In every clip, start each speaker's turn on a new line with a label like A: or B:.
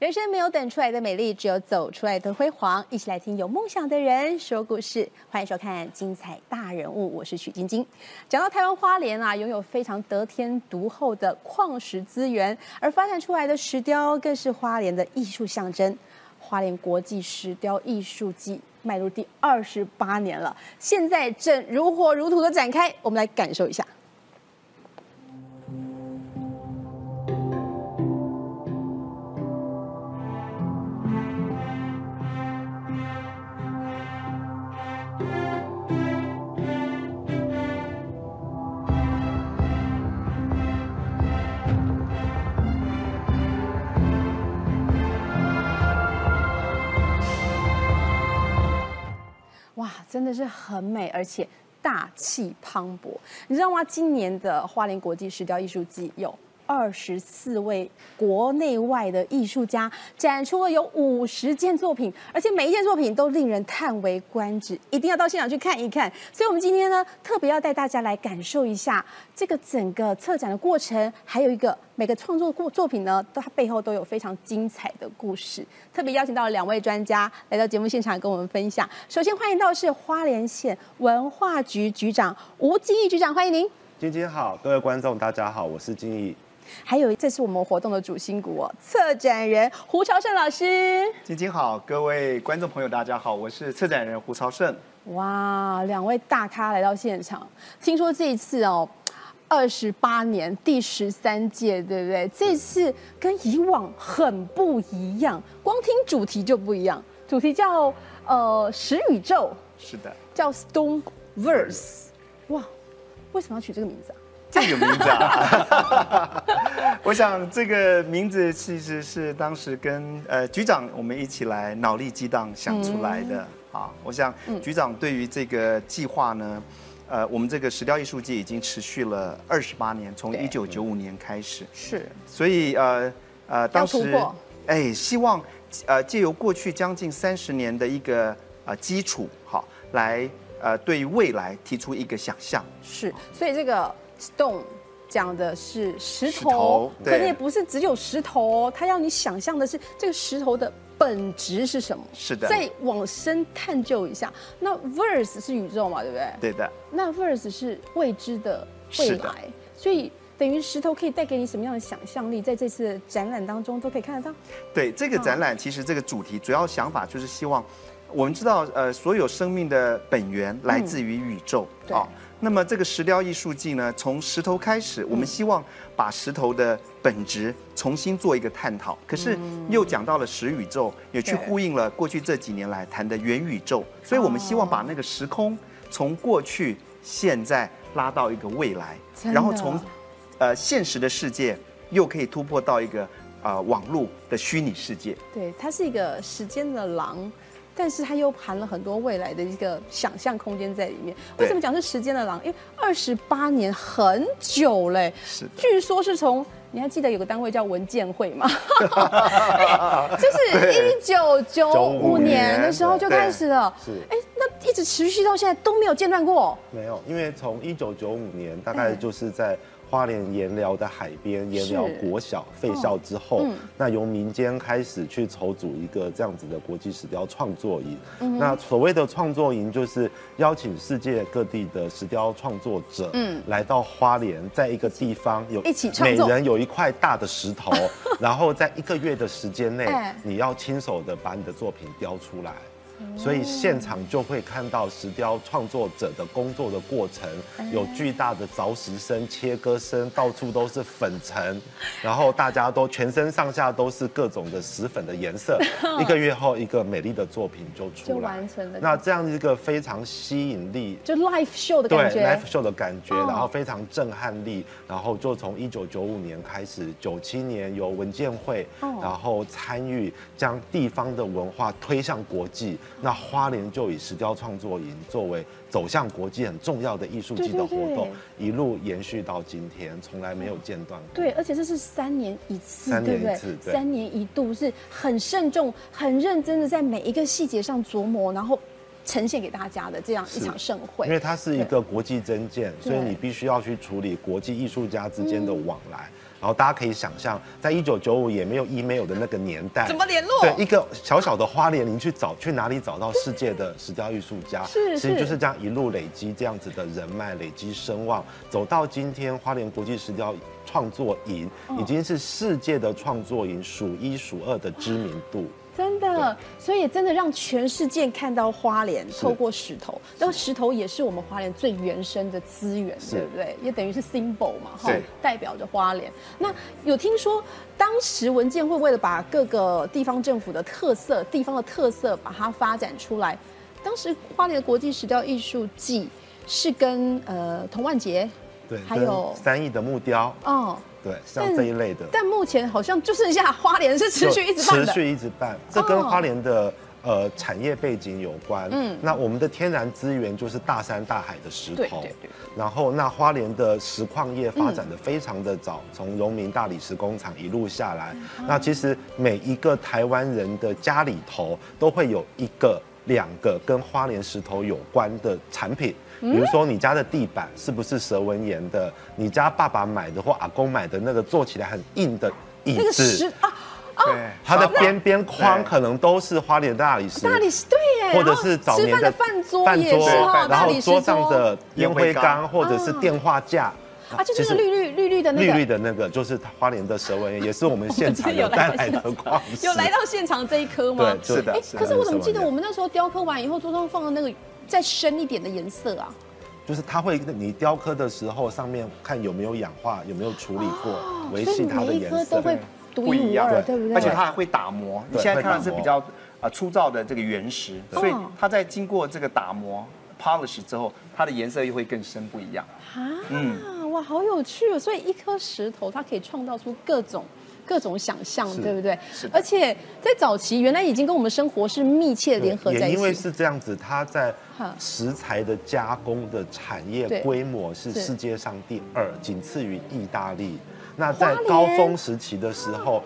A: 人生没有等出来的美丽，只有走出来的辉煌。一起来听有梦想的人说故事，欢迎收看《精彩大人物》，我是许晶晶。讲到台湾花莲啊，拥有非常得天独厚的矿石资源，而发展出来的石雕更是花莲的艺术象征。花莲国际石雕艺术季迈入第二十八年了，现在正如火如荼的展开，我们来感受一下。哇，真的是很美，而且大气磅礴。你知道吗？今年的花莲国际石雕艺术季有。二十四位国内外的艺术家展出了有五十件作品，而且每一件作品都令人叹为观止，一定要到现场去看一看。所以，我们今天呢，特别要带大家来感受一下这个整个策展的过程，还有一个每个创作过作品呢，都它背后都有非常精彩的故事。特别邀请到了两位专家来到节目现场跟我们分享。首先欢迎到是花莲县文化局局长吴敬义局长，欢迎您。
B: 晶晶好，各位观众大家好，我是金毅。
A: 还有，这是我们活动的主心骨哦，策展人胡朝胜老师。
C: 晶晶好，各位观众朋友大家好，我是策展人胡朝胜。
A: 哇，两位大咖来到现场，听说这一次哦，二十八年第十三届，对不对？这次跟以往很不一样，光听主题就不一样，主题叫呃“十宇宙
C: 是的，”，
A: 叫 “Stone Verse”。哇，为什么要取这个名字啊？
C: 这个名字啊， 我想这个名字其实是当时跟呃局长我们一起来脑力激荡想出来的、
A: 嗯
C: 啊。我想局长对于这个计划呢，呃，我们这个石雕艺术季已经持续了二十八年，从
A: 对
C: 一九九五年开始。
A: 是
C: 所以呃呃，当
A: 突
C: 时
A: 破
C: 哎，希望呃借由过去将近三十年的一个呃基础，好来呃对于未来提出一个想象。
A: 是，所以这个 stone 讲的是石头，
C: 石头
A: 可是
C: 对
A: 也不是只有石头哦，它要你想象的是这个石头的本质是什么。
C: 是的
A: 再往深探究一下，那 verse 是宇宙嘛，对不对？
C: 对的，
A: 那 verse 是未知的未
C: 是的
A: 来，所以等于石头可以带给你什么样的想象力，在这次的展览当中都可以看得到。
C: 对这个展览，其实这个主题主要想法就是希望我们知道，呃，所有生命的本源来自于宇宙哦
A: 对
C: 那么这个石雕艺术季呢，从石头开始，我们希望把石头的本质重新做一个探讨。可是又讲到了石宇宙，也去
A: 对
C: 呼应了过去这几年来谈的元宇宙，所以我们希望把那个时空从过去、现在拉到一个未来，
A: 真的
C: 然后从呃现实的世界又可以突破到一个呃网络的虚拟世界。
A: 对，它是一个时间的狼，但是它又含了很多未来的一个想象空间在里面。为
C: 对
A: 什么讲是时间的狼？因为二十八年很久嘞，
C: 是的
A: 据说是从。你还记得有个单位叫文建会吗？ 哎就是一九九五
B: 95
A: 年的时候
B: 年
A: 就
C: 对
A: 开始了，
B: 是
A: 哎，那一直持续到现在都没有间断过。
B: 没有，因为从一九九五年，大概就是在花莲盐寮的海边盐寮国小废校之后，
C: 嗯
B: 那由民间开始去筹组一个这样子的国际石雕创作营。
C: 嗯
B: 那所谓的创作营，就是邀请世界各地的石雕创作者，嗯，来到花莲，在一个地方有
A: 一起创
B: 每
A: 作
B: 人有一块大的石 头，然后在一个月的时间内
A: 哎，
B: 你要亲手的把你的作品雕出来。
A: 哦
B: 所以现场就会看到石雕创作者的工作的过程，
A: 哎
B: 有巨大的凿石声、切割声，到处都是粉 尘，然后大家都全身上下都是各种的石粉的 颜色。一个月后，一个美丽的作品就
A: 就
B: 出来，
A: 完成了
B: 那这样一个非常吸引力。
A: 就 live show 的
B: 对
A: 感
B: l i
A: 觉
B: f e，show 的感觉，
A: 哦
B: 然后非常震撼力，然后就从一九九五年开始，九七年由文建会，
A: 哦
B: 然后参与将地方的文化推向国际。那花莲就以石雕创作营作为走向国际很重要的艺术季
A: 对对
B: 的活动
A: 对，
B: 一路延续到今天，从来没有间断过。
A: 对，而且这是三年一次，
B: 三
A: 对不
B: 年
A: 对
B: 一次？对
A: 三年一度是很慎重、很认真的在每一个细节上琢磨，然后呈现给大家的这样一
B: 是
A: 场盛
B: 因为
A: 会。
B: 它是一个国际增建，所以
A: 对
B: 你必须要去处理国际艺术家之间的往来。然后大家可以想象，在一九九五也没有 email 的那个年代，
D: 怎么联络？
B: 对，一个小小的花莲，你去找去哪里找到世界的石雕艺术家？
A: 是
B: 其实就是是这样一路累积这样子的人脉，累积声望，走到今天花莲国际石雕创作营，已经是世界的创作营数一数二的知名度。
A: 真的，所以也真的让全世界看到花莲透过石头，那石头也是我们花莲最原生的资源，对不对？也等于是 symbol 嘛，哈
C: 对，
A: 代表着花莲。那有听说当时文建会为了把各个地方政府的特色、地方的特色把它发展出来，当时花莲的国际石雕艺术季是跟呃童万杰，
B: 对，
A: 还有
B: 跟三亿的木雕，
A: 哦，
B: 对，像这一类的，
A: 但目前好像就剩下花莲是持续一直办
B: 持
A: 的，哦
B: 续一直办，这跟花莲的。呃，产业背景有关。嗯，那我们的天然资源就是大山大海的石头。
A: 对对嗯对
B: 然后，那花莲的石矿业发展的非常的早，从荣民大理石工厂一路下来。
A: 嗯
B: 那其实每一个台湾人的家里头都会有一个、两个跟花莲石头有关的产品。
A: 嗯
B: 比如说，你家的地板是不是蛇纹岩的？你家爸爸买的或阿公买的那个做起来很硬的椅子，
A: 那个石啊，
C: 对，
B: 它的边边
C: 对
B: 框可能都是花莲大理石，
A: 大理石对耶，
B: 或者
A: 然
B: 是
A: 后
B: 早
A: 吃
B: 年
A: 饭的饭桌
B: 饭
A: 也是哈，
B: 然
A: 大
B: 后
A: 理石
B: 桌上的烟灰
C: 烟灰缸
B: 缸或者是电话架。
A: 啊，就是那
B: 其实
A: 个绿绿绿绿的那
B: 绿
A: 个，
B: 绿的那个，就是花莲的蛇纹岩，也是我们现场有带来的矿石。
A: 有来到现场这一颗吗
B: 对，？就是
C: 的
A: 哎，可是我怎么记得
B: 蛇纹岩
A: 我们那时候雕刻完以后，桌上放的那个再深一点的颜色啊？
B: 就是它会你雕刻的时候，上面看有没有氧化，有没有处理过，维
A: 哦所以
B: 系它的
A: 每一
B: 颜
A: 颗
B: 色
A: 都。会独
C: 不
A: 一
C: 一
A: 无
C: 样
A: 二，对不对？
C: 而且它还会打磨，你
B: 对
C: 现在看到
B: 会打磨
C: 是比较啊粗糙的这个原石，
A: 对
C: 所以
A: 哦
C: 它在经过这个打磨 polish 之后，它的颜色又会更深不一样。
A: 啊，
B: 嗯
A: 哇，好有趣哦！所以一颗石头，它可以创造出各种。各种想象，
B: 是
A: 对不对
C: 是？的
A: 而且在早期，原来已经跟我们生活是密切联合
B: 对
A: 在一
B: 也
A: 起。
B: 因为是这样子，它在
A: 哈
B: 食材的加工的产
A: 对
B: 业规模是
A: 是
B: 世界上第二，仅次于意大利。那在
A: 花莲
B: 高峰时期的时候，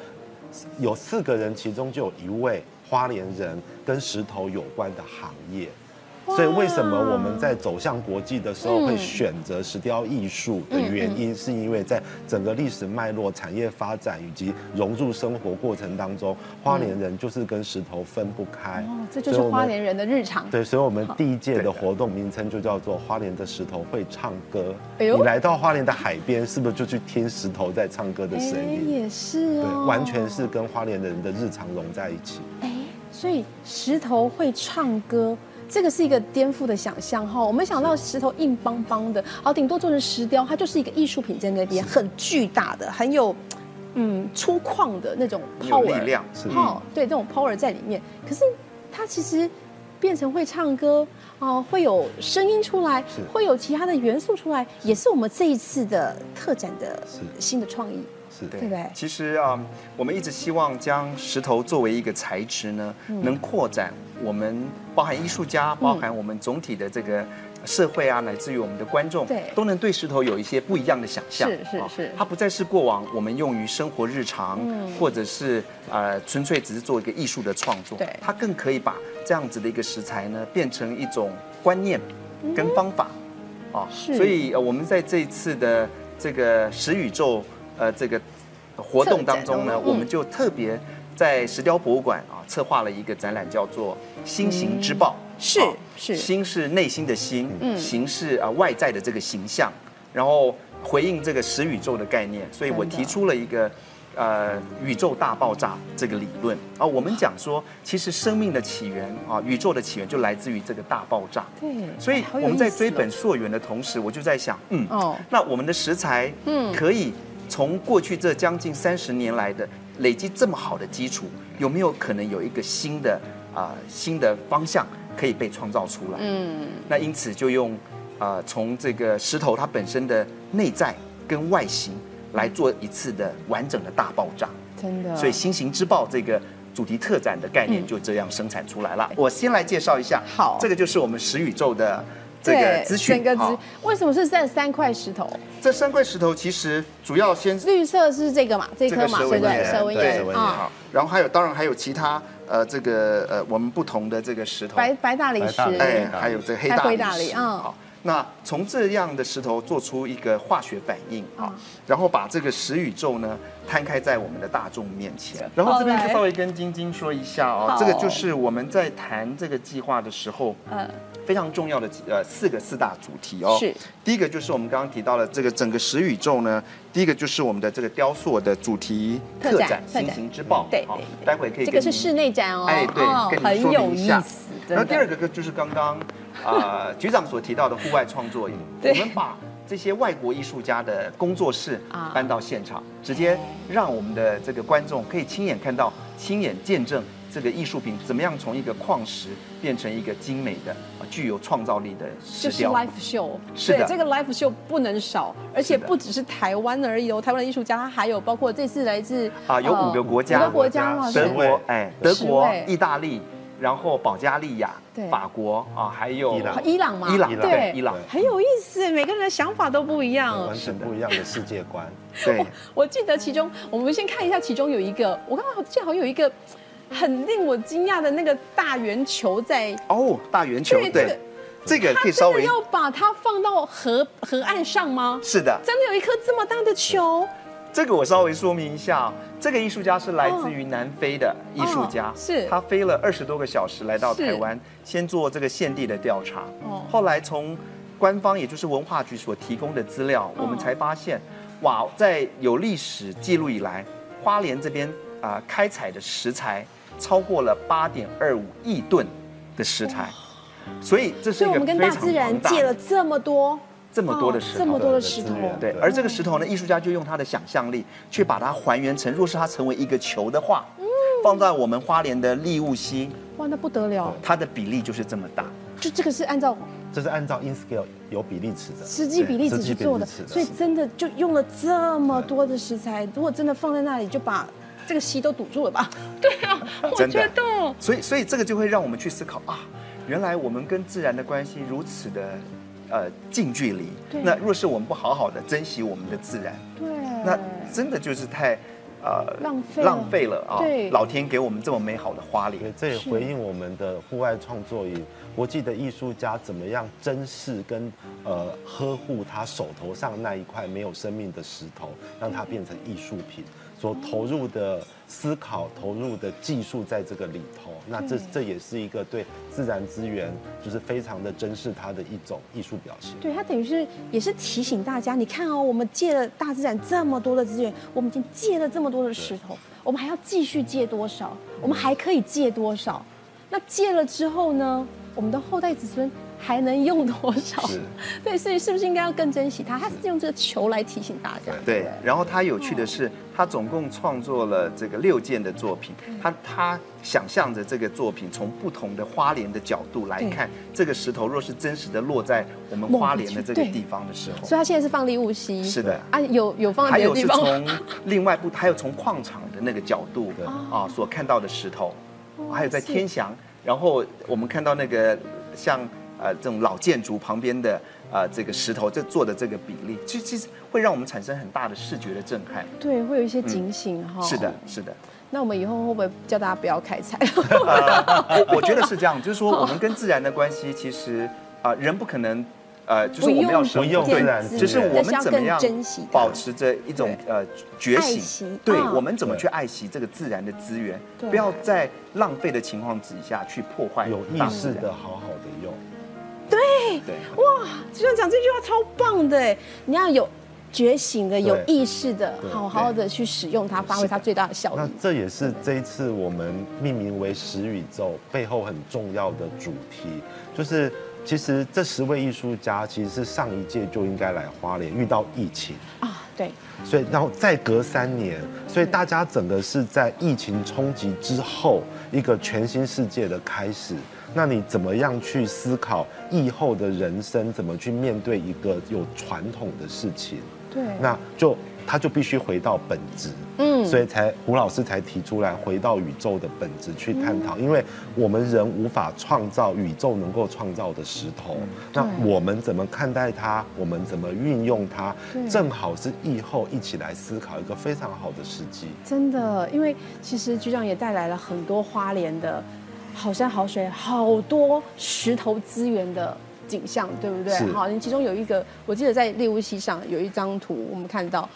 B: 有四个人，其中就有一位花莲人跟石头有关的行业。所以为什么我们在走向国际的时候
A: 嗯
B: 会选择石雕艺术的原因，是因为在整个历史脉络、产业发展以及融入生活过程当中，花莲人就是跟石头分不开
A: 嗯哦，。这就
B: 所
A: 是
B: 以我们
A: 花莲人的日常。
B: 对，所以我们第一届的
C: 对的
B: 活动名称就叫做“花莲的石头会唱歌”
A: 哎呦
B: 你来到花莲的海边，是不是就去听石头在唱歌的声
A: 哎，
B: 音？
A: 也是
B: 对
A: 哦，，
B: 完全是跟花莲人的日常融在一起。
A: 哎，所以石头会唱歌，这个是一个颠覆的想象哈。我们想到石头硬邦邦的，好，顶多做成石雕，它就是一个艺术品在那边，很巨大的，很有嗯粗犷的那种
C: 很有
A: power，
C: 力量是
A: 哈、对，这种 power 在里面。可是它其实。变成会唱歌哦、会有声音出来
B: 是，
A: 会有其他的元素出来，也是我们这一次的特展的
B: 是
A: 新的创意。
B: 是
A: 对不对
C: 其实啊、嗯我们一直希望将石头作为一个材质呢，
A: 嗯
C: 能扩展我们包含艺术家，包含我们总体的这个。社会啊，乃至于我们的观众，
A: 对
C: 都能对石头有一些不一样的想象。
A: 是是
C: 啊
A: 是嗯
C: 它不再是过往我们用于生活日常，或者是呃纯粹只是做一个艺术的创作。
A: 对
C: 它更可以把这样子的一个食材呢，变成一种观念
A: 嗯
C: 跟方法。啊，
A: 是
C: 所以呃，我们在这一次的这个食宇宙呃这个活动当中
A: 策
C: 呢
A: 展哦，
C: 我们就特别在石雕博物馆啊策划了一个展览，叫做“心形之报”
A: 嗯是
C: 啊
A: 是
C: 心是内心的心，
A: 嗯
C: 形是啊外在的这个形象，然后回应这个食宇宙的概念，所以我
A: 真的
C: 提出了一个。呃，宇宙大爆炸这个理论啊，我们讲说，其实生命的起源啊，宇宙的起源就来自于这个大爆炸。
A: 对，
C: 所以
A: 好有
C: 我们在
A: 意思
C: 追
A: 哦
C: 本溯源的同时，我就在想，嗯，
A: 哦
C: 那我们的食材，
A: 嗯
C: 嗯，可以从过去这将近三十年来的累积这么好的基础，有没有可能有一个新的啊、新的方向可以被创造出来？
A: 嗯，
C: 那因此就用啊、呃从这个石头它本身的内在跟外形来做一次的完整的大爆炸。
A: 真的，
C: 所以“新型之报”这个主题特展的概念就这样生产出来了。我先来介绍一下，
A: 好
C: 这个就是我们食宇宙的这
A: 对，
C: 个资讯。
A: 整个
C: 好
A: 资为什么是这三块石头？
C: 这三块石头其实主要先
A: 绿色是这个嘛，这
C: 这
A: 颗
C: 个
A: 嘛，
C: 蛇
A: 对不
C: 纹
A: 对？
C: 岩，
A: 蛇纹
C: 对
A: 岩
B: 纹岩
A: 啊
C: 好，然后还有当然还有其他呃这个呃我们不同的这个石头，
A: 白白大理石，
B: 白大理
C: 哎，还有这个黑
A: 还有
C: 大
A: 灰
C: 理
A: 大理
C: 石
A: 嗯
C: 好，那从这样的石头做出一个化学反应
A: 嗯
C: 啊，然后把这个石宇宙呢摊开在我们的大众面前。然后这边稍微跟晶晶说一下哦，
A: 好
C: 这个就是我们在谈这个计划的时候，
A: 嗯，
C: 非常重要的几呃四个四大主题哦。
A: 是。
C: 第一个就是我们刚刚提到了这个整个石宇宙呢，第一个就是我们的这个雕塑的主题
A: 特
C: 特
A: 展
C: 展《
A: 特
C: 星
A: 展
C: 星之报》。
A: 对
C: 好
A: 对对
C: 待会可以
A: 这个
C: 跟
A: 是
C: 您
A: 室内展哦，
C: 哎，对，
A: 哦
C: 跟你
A: 很
C: 说
A: 有
C: 明一
A: 意
C: 下
A: 思。。真
C: 然后
A: 的
C: 第二个个就是刚刚 啊、呃局长所提到的户外创作营，
A: 对
C: 我们把这些外国艺术家的工作室
A: 啊
C: 搬到现场，直接让我们的这个观众可以亲眼看到、亲眼见证这个艺术品怎么样从一个矿石变成一个精美的、啊具有创造力的石
A: 就是
C: 雕。
A: live show，
C: 是
A: 对
C: 的
A: 这个 live show 不能少，而且
C: 是的
A: 不只是台湾而已哦，台湾的艺术家，他还有包括这次来自
C: 啊有
A: 呃
C: 五个国家
A: 五个国家哇塞，
C: 德国，哎，德国
A: 十位、
C: 意大利，然后保加利亚
A: 对、
C: 法国啊，还有
B: 伊朗
A: 伊朗嘛，
C: 伊朗，
A: 对，
C: 伊朗，
A: 很有意思，每个人的想法都不一样
B: 完。全不一样的世界观。
C: 对。
A: 我记得其中，我们先看一下其中有一个，我刚刚记得好像有一个很令我惊讶的那个大圆球在，
C: 哦，大圆球
A: 对，
C: 对，这个可
A: 他
C: 以稍
A: 真的
C: 微
A: 要把它放到河河岸上吗？
C: 是的，
A: 真的有一颗这么大的球？
C: 这个我稍微说明一下啊，这个艺术家是来自于南非的艺术家，
A: 哦是
C: 他飞了二十多个小时来到
A: 是
C: 台湾，先做这个现地的调查，
A: 哦
C: 后来从官方也就是文化局所提供的资料，
A: 哦
C: 我们才发现，哇，在有历史记录以来，花莲这边啊、开采的石材超过了八点二五亿吨的石材。所以这是
A: 所
C: 一
A: 以
C: 个
A: 我们跟
C: 非
A: 大
C: 常
A: 自然
C: 庞大
A: 借
C: 的
A: 了哦这么多，
C: 这么多的石头
A: 这么多的石头
B: 资，源
C: 对，
B: 对
C: 而这个石头呢，艺术家就用他的想象力去把它还原成，若是它成为一个球的话，
A: 嗯
C: 放在我们花莲的利物溪，
A: 哇，那不得了！
C: 它的比例就是这么大。
A: 就这个是按照
B: 这是按照 in scale 有比例尺的，
A: 实际比例
B: 对
A: 尺
B: 实
A: 去
B: 际比例
A: 做的，
B: 尺的
A: 所以真的就用了这么多的食材。如果真的放在那里，就把这个溪都堵住了吧？对啊， 我
C: 真的
A: 觉得
C: 所以，所以这个就会让我们去思考啊，原来我们跟自然的关系如此的，呃，近距离
A: 对。
C: 那若是我们不好好的珍惜我们的自然，
A: 对。
C: 那真的就是太，呃，
A: 浪费了
C: 浪费了啊！
A: 对
C: 老天给我们这么美好的花
B: 对，
C: 莲，
B: 这也回应我们的户外创作营，国际的艺术家怎么样珍视跟呃呵护他手头上那一块没有生命的石头，让它变成艺术品，所投入的思考、投入的技术在这个里头。那这
A: 对
B: 这也是一个对自然资源就是非常的珍视它的一种艺术表现。
A: 对，它等于是也是提醒大家，你看哦，我们借了大自然这么多的资源，我们已经借了这么多的石头，我们还要继续借多少？我们还可以借多少？那借了之后呢，我们的后代子孙还能用多少
B: 是？
A: 对，所以是不是应该要更珍惜它？它是用这个球来提醒大家。
C: 对，然后他有趣的是，他总共创作了这个六件的作品，
A: 嗯
C: 他他想象着这个作品从不同的花莲的角度来看，这个石头若是真实的落在我们花莲的这个地方的时
A: 所以
C: 候，
A: 它现在是放利物溪。
C: 是的。
A: 啊，有有放在
C: 还
A: 别
C: 有
A: 的地
C: 是
A: 方吗。
C: 从另外不，还有从矿场的那个角度
B: 对
C: 啊所看到的石头，还有
A: 嗯
C: 在
A: 哦是
C: 天祥，然后我们看到那个像呃这种老建筑旁边的呃这个石头这做的这个比例，其实其实会让我们产生很大的视觉的震撼。
A: 对，会有一些警醒哈、
C: 嗯是的，是的，
A: 那我们以后会不会叫大家不要开采？
C: 呃， 我我觉得是这样，就是说我们跟自然的关系，其实啊、呃人不可能，呃，就是我们要生
B: 不用
C: 对
B: 自然资源
C: 只是我们怎么
A: 但
C: 样
A: 是要更珍惜它
C: 保持着一种呃觉
A: 爱
C: 醒
A: 惜，
C: 对
A: 嗯
C: 我们怎么去爱惜这个自然的资源，
A: 对
C: 不要在浪费的情况之下去破坏
B: 有意
C: 大自
B: 识
C: 然
B: 的好好的用，
A: 哎
C: 对。
A: 局长讲这句话超棒的哎，你要有觉醒的、有意识的，
B: 对
A: 好好的去使用它，发挥它最大的效
B: 那
A: 益。
B: 这也是这一次我们命名为“十宇宙”背后很重要的主题，就是其实这十位艺术家其实是上一届就应该来花莲，遇到疫情，
A: 啊，对，
B: 所以然后再隔三年，所以大家整个是在疫情冲击之后一个全新世界的开始。那你怎么样去思考疫后的人生？怎么去面对一个有传统的事情？
A: 对，
B: 那就他就必须回到本质，
A: 嗯
B: 嗯，所以才胡老师才提出来回到宇宙的本质去探
A: 嗯
B: 讨，因为我们人无法创造宇宙能够创造的石头，那
A: 嗯对
B: 我们怎么看待它，我们怎么运用它
A: 对，
B: 正好是疫后一起来思考一个非常好的时机。
A: 真的，因为其实局长也带来了很多花莲的好山好水、好多石头资源的景象，对不对？
B: 是
A: 好，你其中有一个，我记得在猎物溪上有一张图，我们看到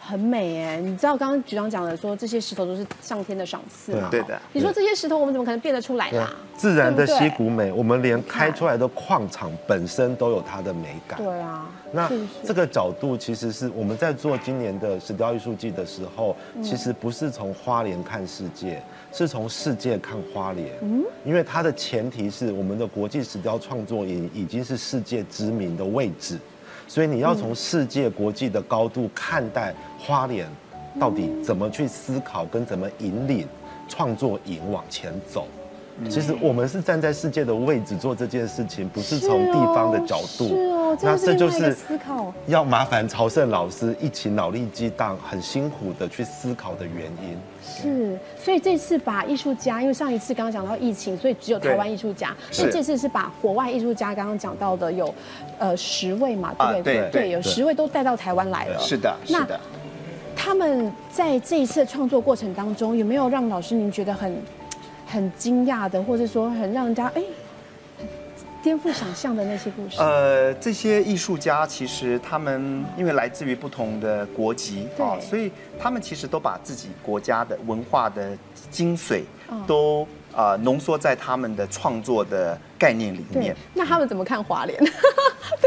A: 很美哎。你知道刚刚局长讲的说这些石头都是上天的赏赐嘛？
C: 对对的
A: 你说这些石头我们怎么可能变得出来
B: 对
A: 啦
B: 啊？自然的
A: 对不
B: 溪
A: 对
B: 谷美，我们连开出来的矿场本身都有它的美感。
A: 对啊，
B: 那
A: 是不
B: 这
A: 是？
B: 个角度其实是我们在做今年的石雕艺术季的时候，
A: 嗯
B: 其实不是从花莲看世界，是从世界看花莲。
A: 嗯
B: 因为它的前提是我们的国际石雕创作营已经是世界知名的位置，所以你要从世界国际的高度看待花莲，到底怎么去思考跟怎么引领创作营往前走。
A: 嗯
B: 其实我们是站在世界的位置做这件事情，不是从地方的角度。
A: 是哦，是哦
B: 那
A: 这
B: 这
A: 就
B: 就是
A: 另外一个
B: 是
A: 思考。
B: 要麻烦朝圣老师一起脑力激荡，很辛苦的去思考的原因。
A: 是，所以这次把艺术家，因为上一次刚刚讲到疫情，所以只有台湾艺术家。
C: 是
A: 那这次是把国外艺术家刚刚讲到的有，呃，十位嘛，对
C: 啊
A: 不
C: 对对
A: 有
B: 对
A: 十位都带到台湾来了。
C: 是的，是
A: 那
C: 的。
A: 他们在这一次的创作过程当中，有没有让老师您觉得很很惊讶的，或者说很让人家哎颠覆想象的那些故事？
C: 呃，这些艺术家其实他们因为来自于不同的国籍啊
A: 对
C: 所以他们其实都把自己国家的文化的精髓
A: 嗯
C: 都呃浓缩在他们的创作的概念里
A: 对
C: 面。，
A: 那他们怎么看华联？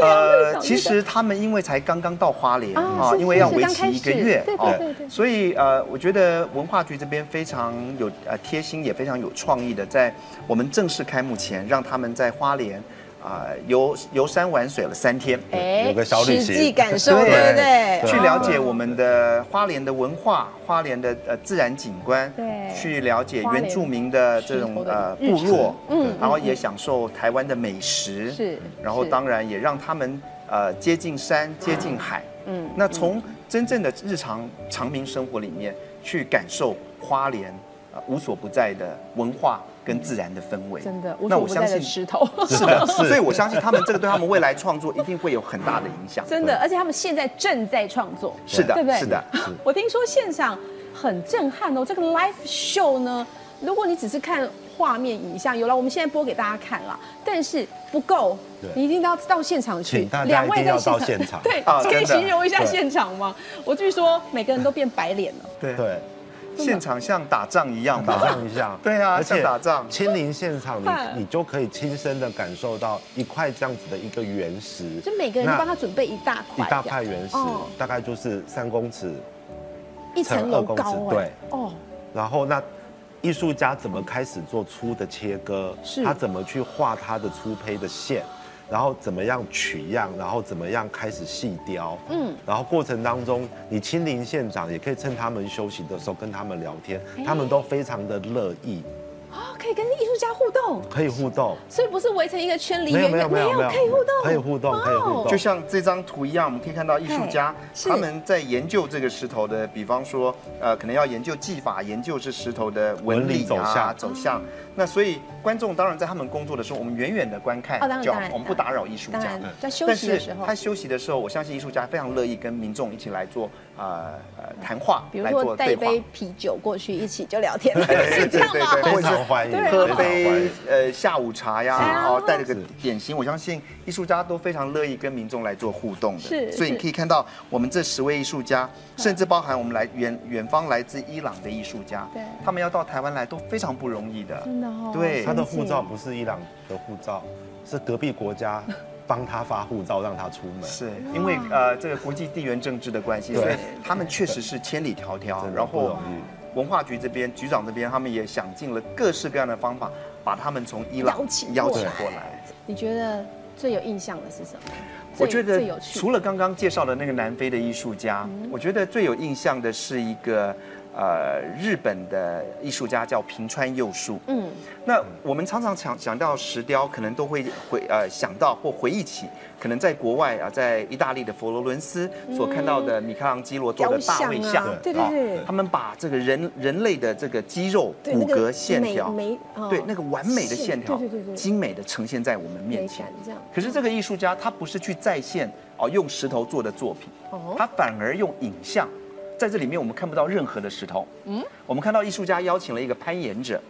A: 啊
C: 呃，
A: 想
C: 其
A: 这个
C: 实他们因为才刚刚到花莲
A: 啊是
C: 因为要
A: 是
C: 为
A: 刚
C: 期
A: 开
C: 一
A: 始
C: 个月
A: 对对
C: 哦
A: 对对
C: 所以呃，我觉得文化局这边非常有呃贴心，也非常有创意的，在呃我们正式开幕前，让他们在花莲啊、呃游游山玩水了三天。
A: 哎
B: 有个小旅行
A: 实际感受，对
C: 对
A: 不对？
B: 对
C: 去
A: 哦
C: 了解我们的花莲的文化、花莲的呃自然景观，
A: 对
C: 去了解
A: 花莲
C: 原住民的这
A: 石头
C: 种
A: 的
C: 呃
A: 日
C: 部落，
A: 常嗯
C: 然后也享受台湾的美食，
A: 是
C: 然后
A: 是
C: 当然也让他们呃接近山、接近海，
A: 嗯
C: 嗯，那从真正的日常常民生活里面去感受花莲呃无所不在的文化跟自然的氛围，
A: 真的，无
C: 那
A: 所
C: 我
A: 不在
C: 相
A: 的
C: 信
A: 石头。
C: 是的，所以我相信他们这个对他们未来创作一定会有很大的影 响，
A: 真的，而且他们现在正在创作，
C: 是的
A: 对不对？
C: 是的是。
A: 我听说现场很震撼哦，这个 live show 呢，如果你只是看画面影像，有了，我们现在播给大家看啦，但是不够
B: 对，
A: 你一定要到现场去
B: 请。大家
A: 两位
B: 一定
A: 在
B: 要
A: 现
B: 到
A: 场，
B: 现场
A: 对，
C: 啊
A: 可以
C: 真的
A: 形容一下
B: 对
A: 现场吗？我据说每个人都变白脸了，
C: 对
B: 对，
C: 现场像打仗一样吧。
B: 打仗一下
C: 对啊
B: 而且
C: 像打仗
B: 亲临现场你，
A: 嗯
B: 你就可以亲身的感受到一块这样子的一个原石，
A: 就每个人都
B: 那
A: 帮他准备一大
B: 一
A: 块，
B: 大块原石
A: 哦，
B: 大概就是三公尺
A: 一层
B: 乘
A: 楼
B: 二公
A: 高
B: 尺
A: 哎
B: 对，
A: 哦，
B: 然后那艺术家怎么开始做粗的切割？
A: 是
B: 他怎么去画他的粗胚的线？然后怎么样取样，然后怎么样开始细雕，
A: 嗯
B: 嗯，然后过程当中，你亲临现场，也可以趁他们休息的时候跟他们聊天，
C: 哎
B: 他们都非常的乐意，
A: 哦，可以跟艺术家互动。
B: 可以互动，
A: 所以不是围成一个圈里远远可以互动，哦
B: 可以互动，可以互动，
C: 就像这张图一样，我们可以看到艺术家
A: 是
C: 他们在研究这个石头的，比方说，呃，可能要研究技法，研究是石头的纹
B: 纹
C: 理
B: 理走
C: 啊
B: 向
C: 走向。那所以观众当然在他们工作的时候，我们远远的观看
A: 哦当然
C: 就好
A: 当然，
C: 我们不打扰艺术
A: 当
C: 家嗯
A: 然。在休
C: 但
A: 息的
C: 是
A: 时候
C: 他，休息的时候，我相信艺术家非常乐意跟民众一起来做呃呃谈话，
A: 比如
C: 来
A: 说
C: 做
A: 带一
C: 对话。
A: 杯啤酒过去一起就聊天，
C: 对
A: 是这
C: 对
A: 样
C: 对
A: 吗？
B: 非
C: 对，或者是
B: 常欢迎，
C: 喝
B: 非常欢
C: 杯
B: 迎。
C: 呃下午茶呀，
A: 是啊
C: 然后带着个
B: 是
C: 点心，我相信艺术家都非常乐意跟民众来做互动的。
A: 是
C: 所以你
A: 是嗯
C: 可以看到我们这十位艺术家，甚至包含我们来远远方来自伊朗的艺术家，
A: 对
C: 他们要到台湾来都非常不容易的。
A: 真的哦
C: 对
B: 他的护照不是伊朗的护照，是隔壁国家帮他发护照让他出门。
C: 是因为呃这个国际地缘政治的关系，
B: 对
C: 所以他们确实是千里迢迢
B: 真，的
C: 然
B: 不容
C: 后文化局这边、局长这边，他们也想尽了各式各样的方法，把他们从伊朗
A: 邀请
C: 邀
A: 过
C: 请
A: 来
C: 过来。
A: 你觉得最有印象的是什么？
C: 我觉
A: 最最有
C: 得
A: 趣嗯
C: 除了刚刚介绍的那个南非的艺术家，我觉得最有印象的是一个呃日本的艺术家叫平川佑树。
A: 嗯，
C: 那我们常常想想到石雕，可能都会回呃想到或回忆起，可能在国外啊，在意大利的佛罗伦斯所看到的米开朗基罗做的大卫像
A: 嗯雕像啊，对
C: 啊
A: 对对
C: 他们把这个人人类的这个肌肉、
A: 对
C: 骨
A: 那个
C: 骼线条，
A: 美美哦
C: 对那个完美的
A: 线
C: 线条
A: 对对对对，
C: 精美的呈现在我们面
A: 美
C: 前
A: 感。这样
C: 可是这个艺术家他不是去再现哦用石头做的作品
A: 哦，
C: 他反而用影像，在这里面我们看不到任何的石头。嗯，我们看到艺术家邀请了一个攀岩者，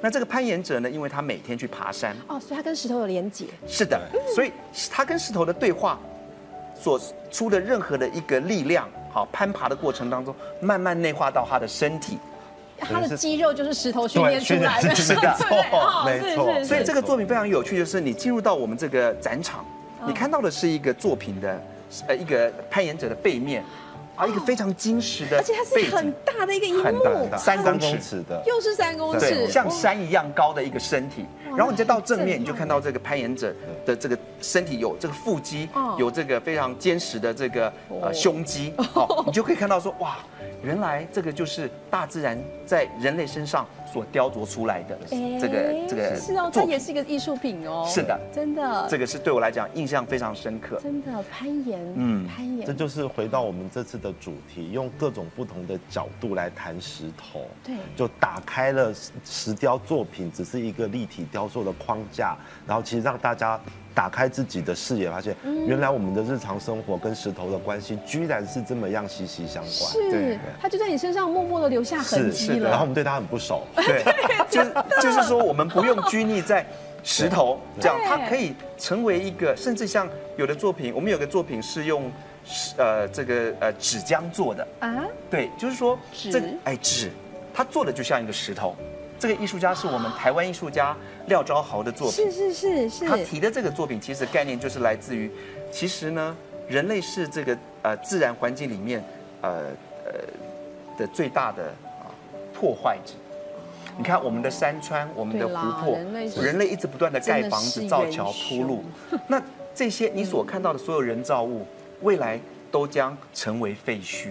C: 那这个攀岩者呢，因为他每天去爬山，
A: 哦，所以它跟石头有连结，
C: 是的，所以他跟石头的对话所出的任何的一个力量，好攀爬的过程当中，慢慢内化到他的身体。
A: 它的肌肉就是石头训练出来的，
B: 对训练
A: 对哦
B: 没
A: 是
B: 错
A: 是
C: 所以
A: 是
C: 哎这个作品非常有趣，就是你进入到我们这个展场，
A: 嗯
C: 你看到的是一个作品的，呃，一个攀岩者的背面，啊，一个非常坚实的
A: 哦而且它
C: 背
A: 是很
C: 景，
A: 大的一个荧
B: 很大很
A: 幕
B: 大，
C: 哦三公尺
B: 尺的，
A: 又是三公
B: 对
A: 尺，
C: 像山一样高的一个身体。然后你再到正面，
A: 那很
C: 你就看到这个攀岩者的这个身体有这个腹肌
A: 嗯，
C: 有这个非常坚实的这个
A: 哦
C: 呃 胸肌，哦，你就可以看到说哇。原来这个就是大自然在人类身上所雕琢出来的
A: 哎
C: 这个这个
A: 是哦，这
C: 作品
A: 也是一个艺术品哦，
C: 是的
A: 真的，
C: 这个是对我来讲印象非常深刻。
A: 真的攀岩，嗯，
C: 嗯
A: 攀
B: 这
A: 岩，
B: 就是回到我们这次的主题，用各种不同的角度来谈石头，
A: 对
B: 就打开了石石雕作品只是一个立体雕塑的框架，然后其实让大家打开自己的视野，发现
A: 嗯
B: 原来我们的日常生活跟石头的关系居然是这么样息息相关。
A: 是
C: 对，
A: 它就在你身上默默的留下痕迹
B: 是的，然后我
A: 了。
B: 们对它很不熟，
C: 对，就是就是说，我们不用拘泥在石头这样
A: 对，
C: 它可以成为一个，甚至像有的作品，我们有个作品是用石呃这个呃纸浆做的，
A: 啊，
C: 对，就是说
A: 纸
C: 个哎纸，它做的就像一个石头。这个艺术家是我们
A: 啊
C: 台湾艺术家廖昭豪的作品，
A: 是是是是，
C: 他提的这个作品，其实概念就是来自于，其实呢，人类是这个呃自然环境里面呃呃的最大的啊破坏者。你看我们的山川，我们的
A: 对啦
C: 湖泊
A: 人类，是
C: 人类一直不断的盖房
A: 真的
C: 子、
A: 是
C: 造桥
A: 元、凶
C: 铺路，那这些你所看到的所有人造物，未来都将成为废墟。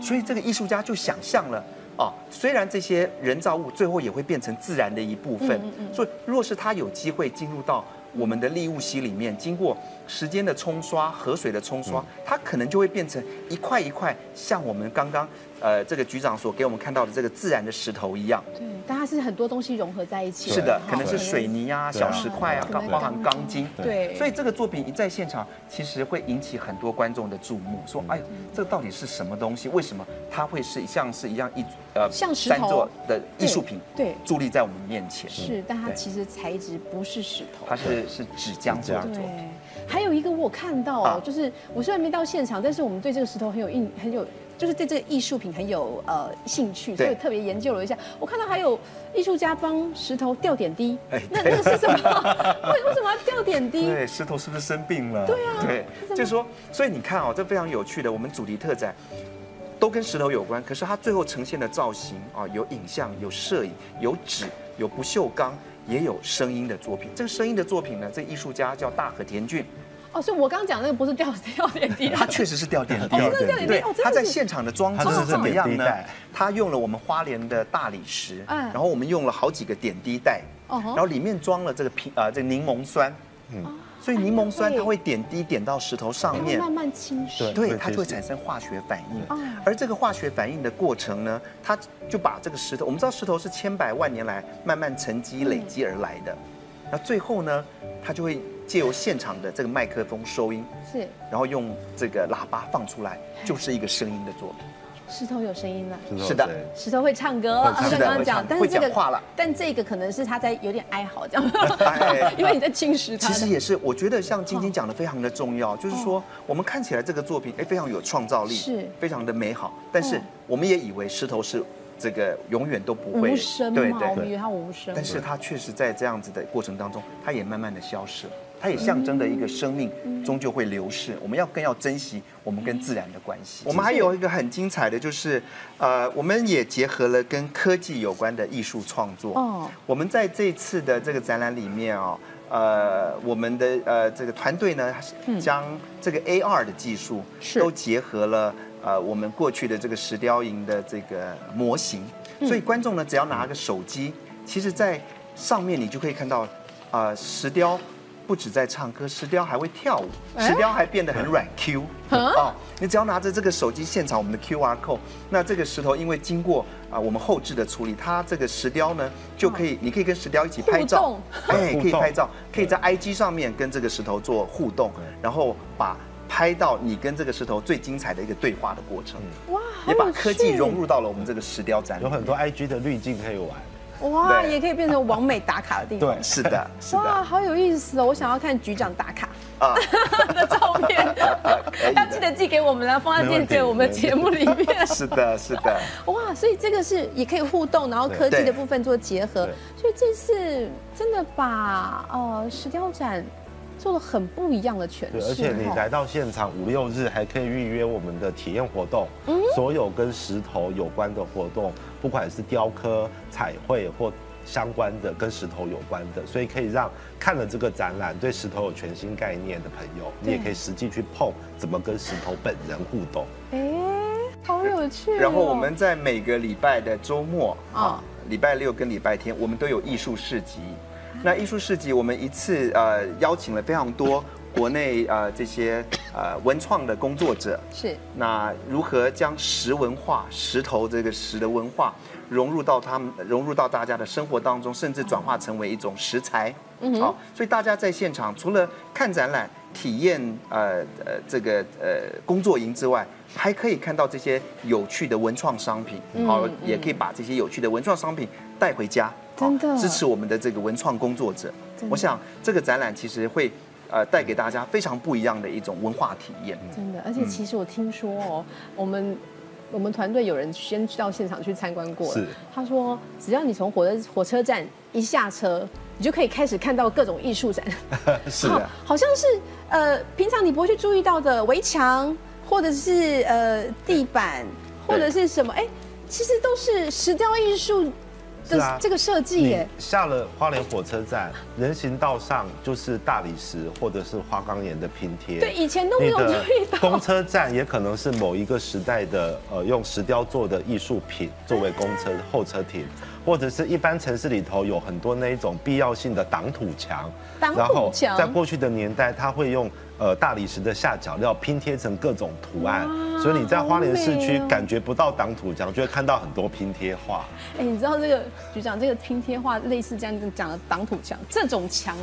C: 所以这个艺术家就想象了。啊，虽然这些人造物最后也会变成自然的一部分，所以若是它有机会进入到我们的利物溪里面，经过时间的冲刷、河水的冲刷，它可能就会变成一块一块像我们刚刚呃这个局长所给我们看到的这个自然的石头一样。
A: 对，但它是很多东西融合在一起。
C: 是的，
A: 哈
C: 可能是水。泥啊、
B: 对啊
C: 小石块啊，
A: 可能
C: 包含
A: 钢
C: 钢筋。
A: 对
C: 所以这个作品一在现场，其实会引起很多观众的注目，说：“
A: 嗯
C: 哎呦，这到底是什么东西？为什么它会是像是一样一呃
A: 像石头
C: 三座的艺术品
A: 对对
C: 伫立在我们面前？
A: 是，但它
C: 对
A: 其实材质不是石头。
C: 它是是纸浆做的
B: 纸
C: 作
A: 对
C: 品。，
A: 还有一个我看到哦
C: 啊，
A: 就是我虽然没到现场，但是我们对这个石头很有印，很有，就是对这个艺术品很有呃兴趣，所以
C: 对
A: 特别研究了一下。我看到还有艺术家帮石头吊点滴
C: 哎，
A: 那那个是什 么？为为什么要吊点滴？
C: 对，石头是不是生病了？对
A: 啊
C: 对，就是说，所以你看哦，这非常有趣的，我们主题特展都跟石头有关，可是它最后呈现的造型啊，有影像、有摄影、有纸、有不锈钢，也有声音的作品。这个声音的作品呢，这艺术家叫大和田俊，
A: 哦，所以我刚讲那个不是吊吊点滴啊，
C: 他确实是 掉点滴，
B: 哦真的掉
A: 点滴
C: 对
A: 哦真的是
C: 他在现场的装
B: 他
C: 置
B: 真的
C: 是
B: 是
C: 怎么样
B: 点滴
C: 呢
B: 带？
C: 他用了我们花莲的大理石，
A: 嗯
C: 然后我们用了好几个点滴袋，
A: 哦吼
C: 然后里面装了这个苹呃这个柠檬酸，
B: 嗯
C: 所以柠檬
A: 哦
C: 酸它会点滴点到石头上
A: 它会
C: 面，
A: 慢慢侵蚀。
B: 对
C: 对，
B: 会
C: 它
B: 接
C: 就会
B: 触
C: 产生化学反应
A: 哦。
C: 而这个化学反应的过程呢，它就把这个石头，我们知道石头是千百万年来慢慢沉积累积而来的，那最后呢，它就会借由现场的这个麦克风收音，
A: 是
C: 然后用这个喇叭放出来，就是一个声音的作
A: 嗯
C: 品。
A: 石头有声音了。
B: 不
C: 是的
B: 对
A: 石头会唱歌
B: 会
A: 了，刚
B: 唱
C: 是
A: 刚
C: 的会
A: 讲
C: 唱，
A: 但是
C: 会
A: 这
C: 讲
A: 个
C: 话了
A: 但这个可能是他在有点哀嚎这样
C: 哎，
A: 因为你在侵蚀他
C: 其
A: 的。嗯
C: 实也是，我觉得像晶晶讲的非常的重要，就是说我们看起来这个作品哎非常有创造力，
A: 是
C: 非常的美好，但
A: 哦
C: 是我们也以为石头是这个永远都不会
A: 无声
C: 对
A: 嘛，我们以
C: 对。
A: 为它无声。
C: 但是它确实在这样子的过程当中，它也慢慢的消失了，它也象征着一个生命
A: 嗯
C: 终究会流逝。我们要更要珍惜我们跟自然的关系。我们还有一个很精彩的就是，呃，我们也结合了跟科技有关的艺术创作。
A: 哦
C: 我们在这次的这个展览里面哦，呃，我们的呃这个团队呢，将这个 AR 的技术
A: 嗯是
C: 都结合了呃我们过去的这个石雕营的这个模型，
A: 嗯
C: 所以观众呢只要拿个手机，其实在上面你就可以看到，呃，石雕。不止在唱歌，石雕还会跳舞，
A: 哎啊
C: 石雕还变得很软 Q 哦。你只要拿着这个手机，现场我们的 QR code，那这个石头因为经过啊、我们后置的处理，它这个石雕呢就可以，你可以跟石雕一起拍照
A: 啊互，
B: 互
C: 哎，
B: 动
C: 可以拍照，可以在 IG 上面跟这个石头做互动，然后把拍到你跟这个石头最精彩的一个对话的过程，
A: 哇，好
C: 也把
A: 有
C: 科技
A: 趣
C: 融入到了我们这个石雕展里
B: 有。很多 IG 的滤镜可以玩，
A: 哇，
C: 对
A: 也可以变成完美打卡的地方。
B: 对
C: 是的，是
A: 哇，
C: 的，
A: 好有意思哦！我想要看局长打 卡
C: 啊，
A: 的照片，
C: 可以
A: 要记得寄给我们啊，放在电
B: 没问题
A: 电我们的节目里 面。
C: 是的，是 的。
A: 哇，所以这个是也可以互动，然后科技
C: 对
A: 的部分做结合
B: 对。
A: 所以这次真的把呃石雕展做了很不一样的诠释
B: 对，
A: 哦。
B: 而且你来到现场五六日还可以预约我们的体验活动，
A: 嗯
B: 所有跟石头有关的活动，不管是雕刻、彩绘或相关的跟石头有关的，所以可以让看了这个展览对石头有全新概念的朋友，你也可以实际去碰怎么跟石头本人互动。
A: 哎，好有趣哦。
C: 然后我们在每个礼拜的周末啊
A: 啊，
C: 礼拜六跟礼拜天，我们都有艺术市集。
A: 啊
C: 那艺术市集，我们一次呃邀请了非常多国内呃这些呃文创的工作者。
A: 是
C: 那如何将石文化、石头这个石的文化融入到他们、融入到大家的生活当中，甚至转化成为一种食材？嗯好、所以大家在现场除了看展览、体验呃呃这个呃工作营之外，还可以看到这些有趣的文创商品，
A: 嗯
C: 好、也可以把这些有趣的文创商品带回家，好
A: 真的
C: 支持我们的这个文创工作者
A: 真。的
C: 我想这个展览其实会呃带给大家非常不一样的一种文化体验。
B: 嗯
A: 真的，而且其实我听说哦，我们我们团队有人先到现场去参观过了
B: 是，
A: 他说只要你从火车火车站一下车，你就可以开始看到各种艺术展，
B: 是
A: 好， 好像是呃平常你不会去注意到的围墙，或者是呃地板，或者是什么，哎，其实都是石雕艺术
B: 是
A: 的
B: 啊
A: 这个设计
B: 你
A: 耶，
B: 下了花莲火车站，人行道上就是大理石或者是花岗岩的拼贴。
A: 对，以前都没有注意到，
B: 公车站也可能是某一个时代的呃用石雕做的艺术品作为公车候车亭，或者是一般城市里头有很多那一种必要性的挡土墙，
A: 挡土
B: 然后
A: 墙
B: 在过去的年代，它会用呃大理石的下脚料拼贴成各种图案，
A: 啊
B: 所以你在花莲市
A: 好
B: 区
A: 美哦
B: 感觉不到挡土墙，就会看到很多拼贴画。
A: 哎、你知道这个局长这个拼贴画类似这样子讲的挡土墙，这种墙，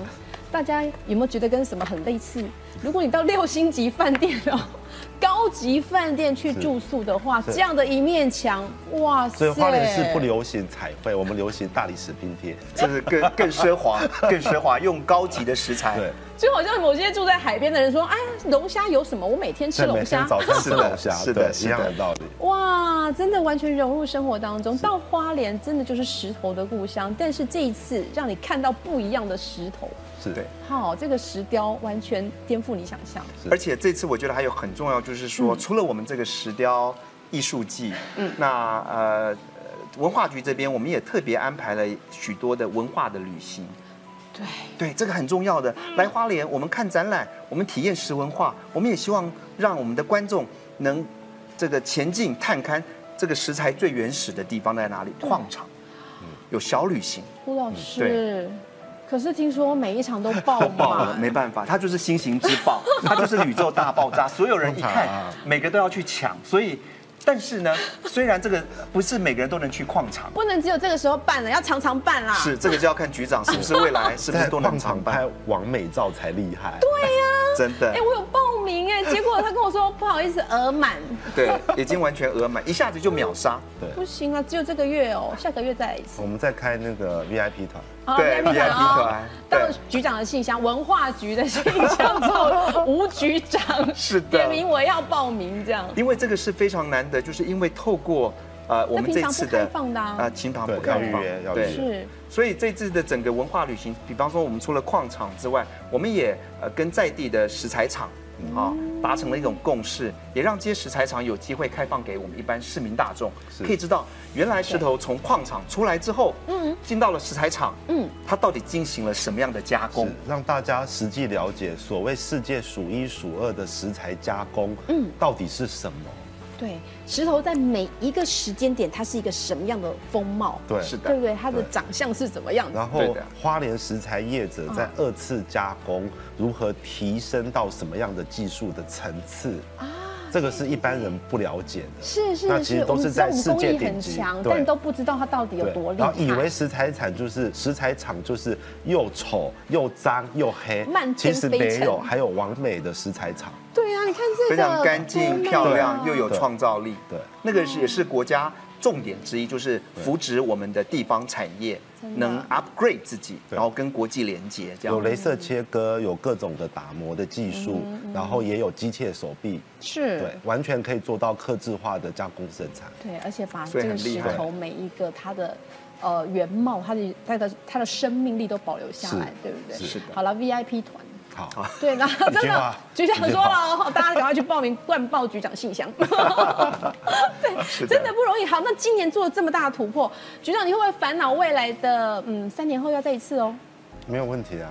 A: 大家有没有觉得跟什么很类似？如果你到六星级饭店哦，高级饭店去住宿的话，
B: 是
A: 这样的一面墙，哇塞！
B: 所以花莲市不流行彩绘，我们流行大理石拼贴。
C: 这是更更奢华、更奢华，用高级的食材。
B: 对，
A: 就好像某些住在海边的人说，哎呀，龙虾有什么？我每天吃
B: 在每
A: 龙虾
B: 天。早餐吃
C: 是的
B: 龙虾，
C: 是的
B: 对
C: 是
B: 一样的
C: 的
B: 道理。
A: 哇，真的完全融入生活当中。到花莲真的就是石头的故乡，但是这一次让你看到不一样的石头，
B: 是
C: 对
A: 好，这个石雕完全颠覆你想象。
B: 是
C: 而且这次我觉得还有很重要，就是说，除了我们这个石雕艺术季，嗯，那呃。文化局这边，我们也特别安排了许多的文化的旅行，
A: 对。
C: 对，这个很重要的。来花莲，我们看展览，我们体验石文化，我们也希望让我们的观众能这个前进探勘这个石材最原始的地方在哪里，矿场，有小旅行，
A: 胡老师，可是听说每一场都 爆
C: 爆了，
A: 满，
C: 没办法，它就是新型之 爆，它就是宇宙大爆炸，所有人一看，
B: 啊
C: 每个都要去抢，所以。但是呢，虽然这个不是每个人都能去矿场，
A: 不能只有这个时候办了，要常常办啦。
C: 是这个就要看局长是不是未来是不
B: 啊在
C: 是都能
B: 矿
C: 常
B: 场
C: 办
B: 拍，完美照才厉害。对，
C: 真的
A: 哎、，我有报名哎、结果他跟我说不好意思，额满，
C: 对，已经完全额满，一下子就秒杀，
A: 不行啊，只有这个月哦，下个月再来一次
B: 我。们在开那个 VIP 团，
A: 好
C: 对
A: VIP 团哦
C: VIP 团
A: 到
C: 对
A: 局长的信箱，文化局的信箱之后，吴局长
C: 是的
A: 点名我要报名这样。
C: 因为这个是非常难得，就是因为透过呃我们
A: 平
C: 这
A: 常
C: 次
A: 不开
C: 的
A: 放的啊
C: 呃平常不
B: 对要
C: 开
B: 预
C: 放
B: 约要，预约
A: 是
C: 所以这次的整个文化旅行，比方说我们除了矿场之外，我们也呃跟在地的石材厂啊达成了一种共识，也让这些石材厂有机会开放给我们一般市民大众，
B: 是
C: 可以知道原来石头从矿场出来之后，嗯，进到了石材厂，嗯，它到底进行了什么样的加工
B: 是？让大家实际了解所谓世界数一数二的食材加工，嗯，到底是什么？
A: 对，石头在每一个时间点，它是一个什么样的风貌？
B: 对，
C: 是的
A: 对不对？它的
B: 对
A: 长相是怎么样子？
B: 然
C: 对
B: 后
C: 的
B: 花莲食材业者在二次加工如何提升到什么样的技术的层次啊？这个是一般人不了解的。
A: 是
B: 那
A: 是
B: 其
A: 是，
B: 实
A: 我
B: 都
A: 们
B: 是
A: 知道
B: 在
A: 我们
B: 世
A: 工
B: 界
A: 艺很
B: 顶级
A: 强，，
B: 对
A: 但都不知道它到底有
B: 对
A: 多厉
B: 然
A: 害。
B: 后以为食材厂就是食材厂就是又丑又脏又黑
A: 漫，
B: 其
A: 天
B: 实
A: 飞
B: 没有，
A: 尘
B: 还有完美的食材厂。
A: 对啊，你看这个
C: 非常干净、
A: 天哪
C: 漂亮又有
B: 对
C: 创造力。
B: 对
C: 那个是也是国家重点之一，就是扶植我们的地方产业
A: 真的
C: 能 upgrade 自己，
B: 对
C: 然后跟国际连接，这
B: 有
C: 样。
B: 镭射切割，有各种的打磨的技术，然后也有机械手臂，
A: 嗯是
B: 对，完全可以做到克制化的加工生产。
A: 对，而且把
C: 所以
A: 这个
C: 很厉
A: 石
C: 害
A: 头每一个它的呃原貌、它的它的它的生命力都保留下来
B: 是，
A: 对不对？
B: 是
C: 的
A: 好了，VIP 团。
B: 好，
A: 对，然后 真
B: 你去
A: 的
B: 吧，
A: 局长说了哦，大家赶快去报名灌爆局长信箱。对，真的不容易。好，那今年做了这么大的突破，局长你会不会烦恼未来的嗯三年后要再一次哦？
B: 没有问题啊，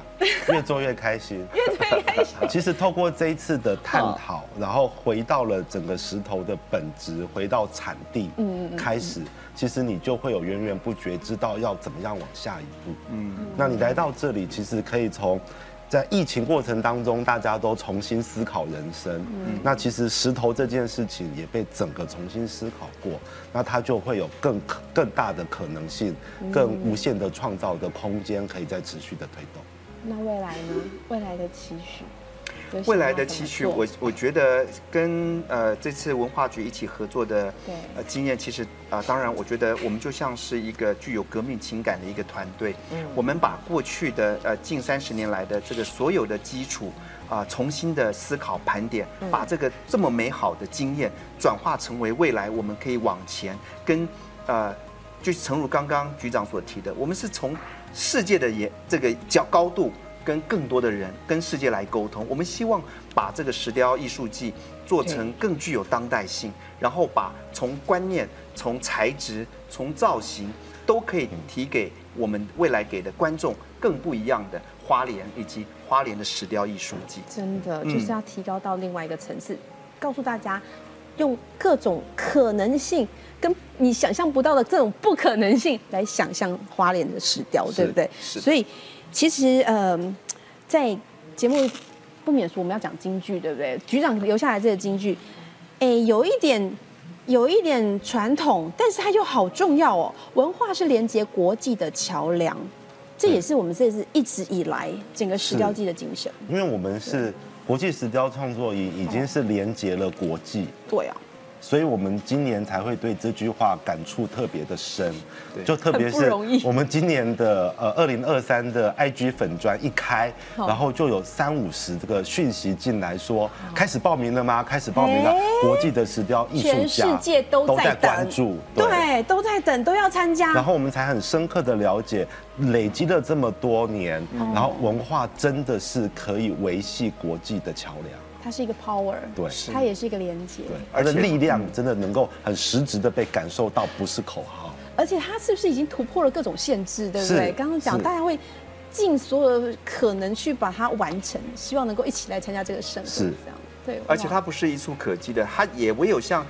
B: 越做越开心。
A: 越推开心。
B: 其实透过这一次的探讨，然后回到了整个石头的本质，回到产地，开始，其实你就会有源源不绝，知道要怎么样往下一步。嗯，那你来到这里，其实可以从。在疫情过程当中，大家都重新思考人生。那其实石头这件事情也被整个重新思考过，那它就会有更可更大的可能性，更无限的创造的空间，可以再持续的推动。
A: 那未来呢？未来的期许，有
C: 未来
A: 想要怎
C: 的
A: 么
C: 期许，
A: 做
C: 我我觉得跟呃这次文化局一起合作的
A: 对
C: 呃经验，其实啊、呃当然我觉得我们就像是一个具有革命情感的一个团队，
A: 嗯
C: 我们把过去的呃近三十年来的这个所有的基础啊、重新的思考盘点，
A: 嗯
C: 把这个这么美好的经验转化成为未来我们可以往前跟呃就诚如刚刚局长所提的，我们是从世界的也这个较高度跟更多的人跟世界来沟通。我们希望把这个石雕艺术季做成更具有当代性，然后把从观念、从材质、从造型都可以提给我们未来给的观众更不一样的花莲以及花莲的石雕艺术季。
A: 真的
C: 嗯
A: 就是要提高到另外一个层次，告诉大家，用各种可能性跟你想象不到的这种不可能性来想象花莲的石雕，对不对？
C: 是的
A: 所以其实呃，在节目不免说我们要讲京剧，对不对？局长留下来这个京剧，哎，有一点。有一点传统，但是它又好重要哦。文化是连接国际的桥梁，这也是我们这次一直以来整个石雕
B: 是
A: 季的精神。
B: 因为我们是国际石雕创作营，已经是连接了国际，
A: 对啊，
B: 所以我们今年才会对这句话感触特别的深
C: 对，
B: 就特别
A: 很不
B: 是
A: 容易
B: 我们今年的呃二零二三的 IG 粉砖一开，
A: 好
B: 然后就有三五十这个讯息进来说，开始报名了吗？开始报名了
A: 哎，
B: 国际的石雕艺术家
A: 全世界都在
B: 在
A: 等
B: 关注，
A: 对，都在等，都要参加。
B: 然后我们才很深刻的了解，累积了这么多年，然后文化真的是可以维系国际的桥梁。
A: 它是一个 power，
B: 对
A: 它也是一个连接，
B: 对，
C: 而
B: 而
C: 且
B: 且力量真的能够很实质的被感受到，不是口号。
A: 而且它是不是已经突破了各种限制，对不对？
B: 是
A: 刚刚讲
B: 是
A: 大家会尽所有的可能去把它完成，希望能够一起来参加这个盛会，
B: 是
A: 这样对。
C: 而且
A: 哇
C: 它不是一触可及的，它也唯有像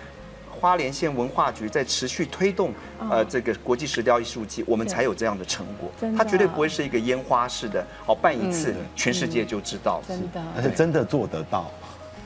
C: 花莲县文化局在持续推动呃这个国际石雕艺术季，我们
A: 嗯对
C: 才有这样的成果
A: 真。的嗯
C: 它绝对不会是一个烟花式的，哦，办一次全世界就知道。
A: 真的
B: 而且真的做得到，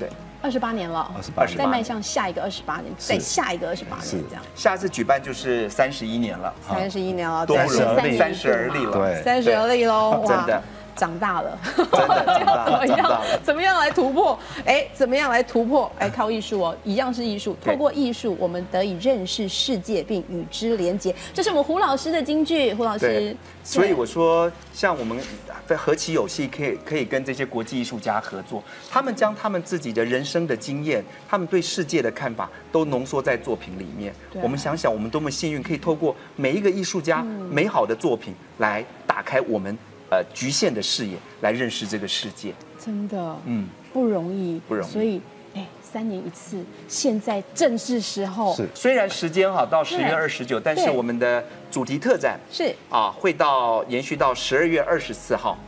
C: 对，
A: 二十八年了，
B: 28
A: 再迈向下一个二十八年，再下一个二十八
B: 是
A: 年，这样
C: 下次举办就是三十一年了。
A: 三十一年了，
C: 多
A: 对
B: 不容易
A: 三年
C: 三十而立了
B: 对
A: 三十而立喽，哇
C: 哎真的
A: 长大了，
C: 真 的长大
A: 要
C: 了
A: 怎么
C: 长
A: 样
C: 大了？
A: 怎么样来突破？哎，怎么样来突破？哎，靠艺术哦，一样是艺术。
C: 对
A: 透过艺术，我们得以认识世界，并与之连结。这是我们胡老师的金句，胡老师
C: 对。，所以我说，像我们在何其有戏，可以可以跟这些国际艺术家合作，他们将他们自己的人生的经验，他们对世界的看法，都浓缩在作品里面
A: 对。
C: 我们想想，我们多么幸运，可以透过每一个艺术家美好的作品，来打开我们呃局限的视野，来认识这个世界。
A: 真的，
C: 嗯，
A: 不容易，
C: 不容易
A: 所以，哎，三年一次，现在正是时候，
B: 是
C: 虽然时间哈到十
A: 对
C: 月二十九，但是
A: 对
C: 我们的主题特展
A: 是
C: 啊，会到延续到十二月二十四号。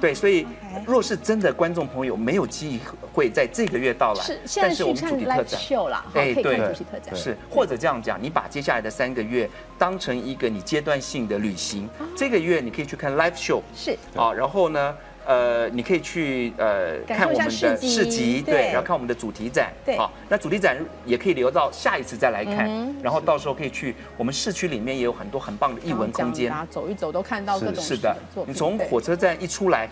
C: 对，所以
A: 啊 OK
C: 若是真的观众朋友没有机会在这个月到来，
A: 是，现在
C: 但是
A: 去
C: 我们主
A: 看
C: 题特
A: live
C: 展。
A: show 啦，哈可
C: 哎
A: 以看
C: 对
A: 主题特展，
C: 是，或者这样讲，你把接下来的三个月当成一个你阶段性的旅行。这个月你可以去看 live show，
A: 哦是
C: 啊，然后呢，呃，你可以去呃
A: 感受
C: 看我们
A: 一下
C: 的
A: 市集
C: 市集，
A: 对
C: 对，然后看我们的主题展，
A: 对
C: 好，那主题展也可以留到下一次再来看
A: 嗯，
C: 然后到时候可以去我们市区里面也有很多很棒的艺
A: 刚
C: 文
A: 刚讲
C: 空
A: 的
C: 间，
A: 啊，走一走都看到各种
C: 是的
A: 作，品
C: 你从
A: 对
C: 火车站一出来，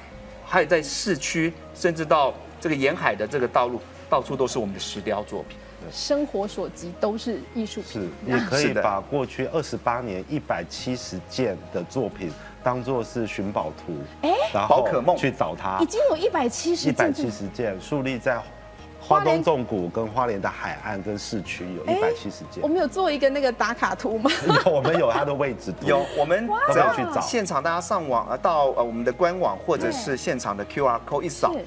C: 还有在市区，甚至到这个沿海的这个道路，到处都是我们的石雕作品。
A: 生活所及都是艺术品。
B: 是，也可以
C: 是的
B: 把过去二十八年一百七十件的作品当做是寻宝图，
A: 哎
B: 然后
C: 宝可梦
B: 去找它
A: 已。经有一百七十
B: 一百
A: 件，
B: 七十件树立在
A: 花
B: 花
A: 莲
B: 东纵谷跟花莲的海岸跟市区有
A: 哎
B: 一百七十件
A: 我。们有做一个那个打卡图吗？
B: 有我们有它的位置图
C: 有，我们
A: 哇
C: 只要
B: 都可以去找
C: 现场大家上网啊，到呃我们的官网或者是现场的 QR code 一扫
A: 是，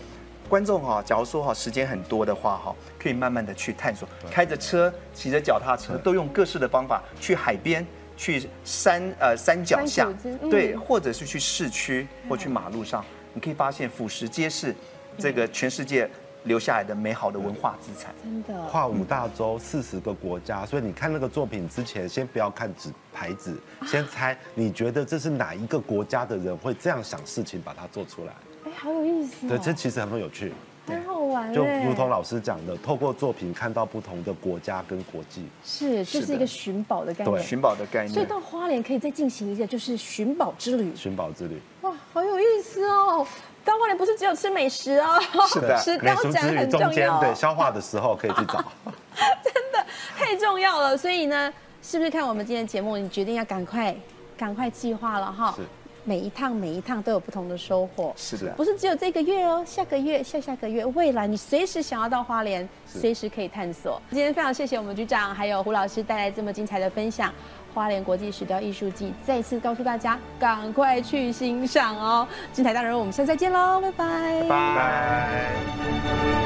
C: 观众哈、假如说哈、时间很多的话哈、可以慢慢的去探索，开着车、骑着脚踏车，都用各式的方法去海边、去山呃山脚下
A: 山谷之，嗯
C: 对，或者是去市区或去马路上，你可以发现俯拾皆是这个全世界留下来的美好的文化资产。
A: 真的，
B: 跨五大洲四十个国家，所以你看那个作品之前，先不要看纸牌子，先猜你觉得这是哪一个国家的人会这样想事情把它做出来？
A: 哎，好有意思、哦，
B: 对，这其实很有趣，
A: 很好玩
B: 就
A: 哎
B: 如同老师讲的，透过作品看到不同的国家跟国际。
A: 是，这
C: 是
A: 是一
C: 的
A: 个寻宝的概念
B: 对。
C: 寻宝的概
A: 所以
C: 念，
A: 到花莲可以再进行一个就是寻宝之旅，
B: 寻宝之旅，
A: 哇，好有意思哦！到花莲不是只有吃美食哦，
C: 是 的
A: 食
B: 美
A: 道
B: 食
A: 展
B: 之旅
A: 很
B: 中
A: 重
B: 间
A: 要，
B: 对消化的时候可以去找。
A: 太重要了。所以呢，是不是看我们今天的节目，你决定要赶快赶快计划了哈
B: 是？
A: 每一趟每一趟都有不同的收获，
C: 是啊的
A: 不是只有这个月哦，下个月、下下个月、未来，你随时想要到花莲，随时可以探索。今天非常谢谢我们局长还有胡老师带来这么精彩的分享。花莲国际石雕艺术季再次告诉大家，赶快去欣赏哦！精彩大人物，我们下次再见喽，拜拜
C: 拜。